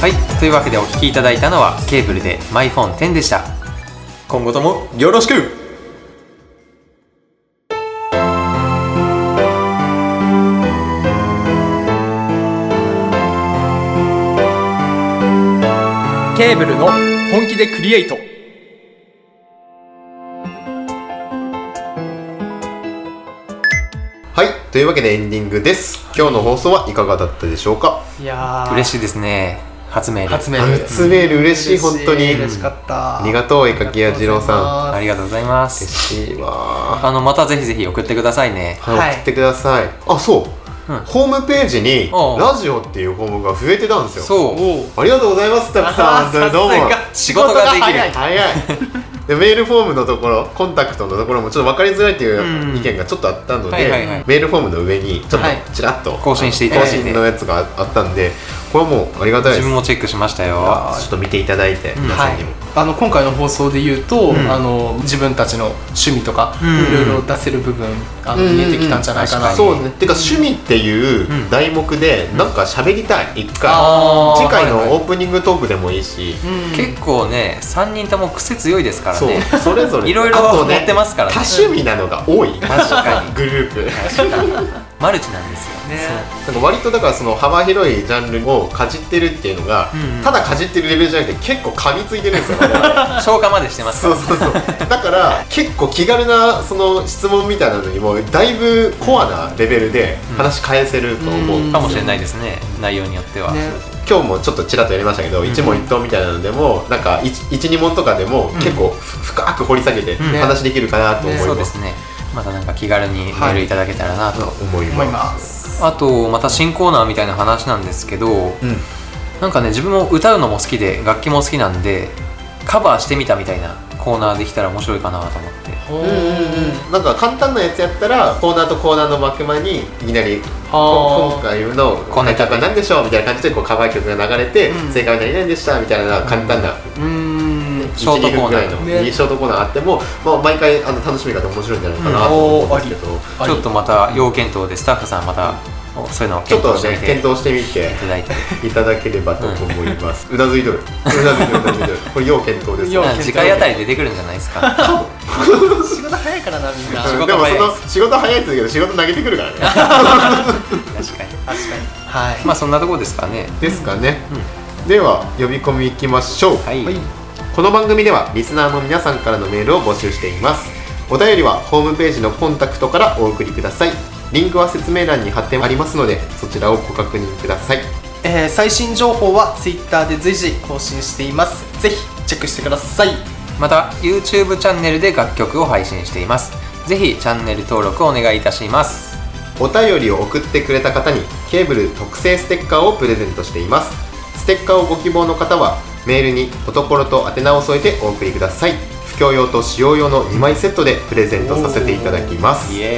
Speaker 2: はいというわけでお聴きいただいたのはケーブルでマイフォン10でした今後ともよろしく
Speaker 3: ケーブルの本気でクリエイト
Speaker 4: はいというわけでエンディングです今日の放送はいかがだったでしょうか
Speaker 3: いやー
Speaker 2: 嬉しいですね初メール
Speaker 3: 初メール
Speaker 4: 初メール嬉しい本当に
Speaker 3: 嬉しかった
Speaker 4: ありがとう絵描きや二郎さ
Speaker 2: ありがとうございます
Speaker 4: ん嬉しいわ
Speaker 2: あのまたぜひぜひ送ってくださいね
Speaker 4: はい、
Speaker 3: はい
Speaker 4: 送ってくださいあそう、
Speaker 2: うん
Speaker 4: ホームページに
Speaker 2: おう
Speaker 4: ラジオっていう項目が増えてたんですよ
Speaker 2: そう
Speaker 3: おう
Speaker 4: ありがとうございますたくさん
Speaker 3: あー
Speaker 4: 本当にどうも
Speaker 3: さすが
Speaker 2: 仕事ができる
Speaker 4: 早い早いでメールフォームのところコンタクトのところもちょっと分かりづらいと
Speaker 2: う
Speaker 4: い
Speaker 2: ん
Speaker 4: う意見がちょっとあったので、
Speaker 2: はいはいはい
Speaker 4: メールフォームの上にちょっ
Speaker 3: はい
Speaker 4: とちらっと
Speaker 2: 更新していただ
Speaker 4: 更
Speaker 2: いて
Speaker 4: 新のやつがあったんでこれはもうありがたいで
Speaker 2: 自
Speaker 4: す
Speaker 2: 分もチェックしましたよ
Speaker 4: ちょっと見ていただいて、
Speaker 2: ん
Speaker 4: 皆
Speaker 3: は
Speaker 4: さん
Speaker 3: い
Speaker 4: にも、、
Speaker 3: あの今回の放送で言うと、
Speaker 2: ん
Speaker 3: あの自分たちの趣味とか、
Speaker 2: うん
Speaker 3: いろいろ出せる部分あの
Speaker 4: うん
Speaker 3: 見えてきたんじゃないか
Speaker 2: 確
Speaker 3: な、
Speaker 2: かに
Speaker 4: そうですねてか趣味っていう題目でなんか喋りたい一回
Speaker 2: あー
Speaker 4: 次回
Speaker 2: はい
Speaker 4: の
Speaker 2: はい
Speaker 4: オープニングトークでもいいし、
Speaker 2: 結構ね3人とも癖強いですから
Speaker 4: そう
Speaker 2: ね
Speaker 4: それぞれ
Speaker 2: いろいろ
Speaker 4: あとね
Speaker 2: 持ってますからね
Speaker 4: 多趣味なのが多い
Speaker 2: 確かに
Speaker 4: グループ
Speaker 2: マルチなんですよ
Speaker 3: ね
Speaker 4: なんか割とだからその幅広いジャンルをかじってるっていうのが、
Speaker 2: うんうん
Speaker 4: ただかじってるレベルじゃなくて結構噛みついてるんですよ我々
Speaker 2: 消化までしてますか
Speaker 4: そ
Speaker 2: ら
Speaker 4: うそうそうだから結構気軽なその質問みたいなのにもだいぶコアなレベルで話変えせると思う、
Speaker 3: うん
Speaker 2: かもしれないですね内容によっては、
Speaker 3: ね
Speaker 4: 今日もちょっとちらっとやりましたけど、一問一答みたいなのでもなんか12問とかでも結構深く掘り下げて
Speaker 2: ね
Speaker 4: 話できるかなと思います,、
Speaker 2: そうですねまたなんか気軽にメールいただけたらなと、
Speaker 4: 思い
Speaker 3: 思い
Speaker 4: ま
Speaker 3: ますす
Speaker 2: あとまた新コーナーみたいな話なんですけど、
Speaker 4: ん
Speaker 2: なんかね自分も歌うのも好きで楽器も好きなんでカバーしてみたみたいなコーナーできたら面白いかなと思って
Speaker 4: うんうんうん、なんか簡単なやつやったらコーナーとコーナーの幕間にいきなりこ今
Speaker 3: あ
Speaker 4: 回の
Speaker 2: こ
Speaker 4: こ
Speaker 2: ん
Speaker 4: ん
Speaker 2: な
Speaker 4: な
Speaker 2: 曲
Speaker 4: 曲なんでしょうみたいな感じでこうカバー曲が流れて、正解は何々でしたみたいな簡単な
Speaker 3: ーうん
Speaker 4: 1
Speaker 2: ショート
Speaker 4: 2
Speaker 2: コー
Speaker 4: 分ぐ
Speaker 2: ナ
Speaker 4: ら
Speaker 2: ー
Speaker 4: いの
Speaker 3: ね
Speaker 4: いいショートコーナーあっても、まあ、毎回あの楽しみ方面白いんじゃないかなと思うんですけど、
Speaker 2: ちょっとまた要検討でスタッフさんまたそういうのを
Speaker 4: ちょっ
Speaker 2: 検討し
Speaker 4: と
Speaker 2: てみてい
Speaker 4: ね検討してみて
Speaker 2: ただいて
Speaker 4: いただければと思います、うなずいとるうなずいとるうなずいとるこれ要検討です
Speaker 3: 要
Speaker 4: よ
Speaker 3: 検討
Speaker 2: 次回あたり出てくるんじゃないです か
Speaker 3: 仕事早いからなみんな
Speaker 2: 仕
Speaker 3: 確
Speaker 2: 事
Speaker 4: でも
Speaker 2: 早い
Speaker 4: その仕事早いですけど仕事投げてくるからね
Speaker 2: 確かに
Speaker 3: かにはい、
Speaker 2: まあそんなところですかね
Speaker 4: ですかね、では呼び込みいきましょう、
Speaker 2: はい、
Speaker 4: この番組ではリスナーの皆さんからのメールを募集していますお便りはホームページのコンタクトからお送りくださいリンクは説明欄に貼ってありますのでそちらをご確認ください
Speaker 3: えー最新情報は Twitter で随時更新していますぜひチェックしてください
Speaker 2: また YouTube チャンネルで楽曲を配信していますぜひチャンネル登録お願いいたします
Speaker 4: お便りを送ってくれた方にケーブル特製ステッカーをプレゼントしていますステッカーをご希望の方はメールにおところと宛名を添えてお送りください布教用と使用用の2枚セットでプレゼントさせていただきます
Speaker 2: イ
Speaker 4: と
Speaker 2: エ
Speaker 3: イ
Speaker 2: ーイ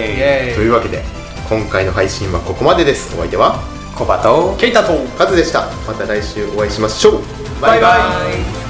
Speaker 3: エー
Speaker 4: いうわけで今回の配信はここまでですお相手は
Speaker 2: コバと
Speaker 3: イケイタと
Speaker 4: カズでしたまた来週お会いしましょう
Speaker 2: バイバイ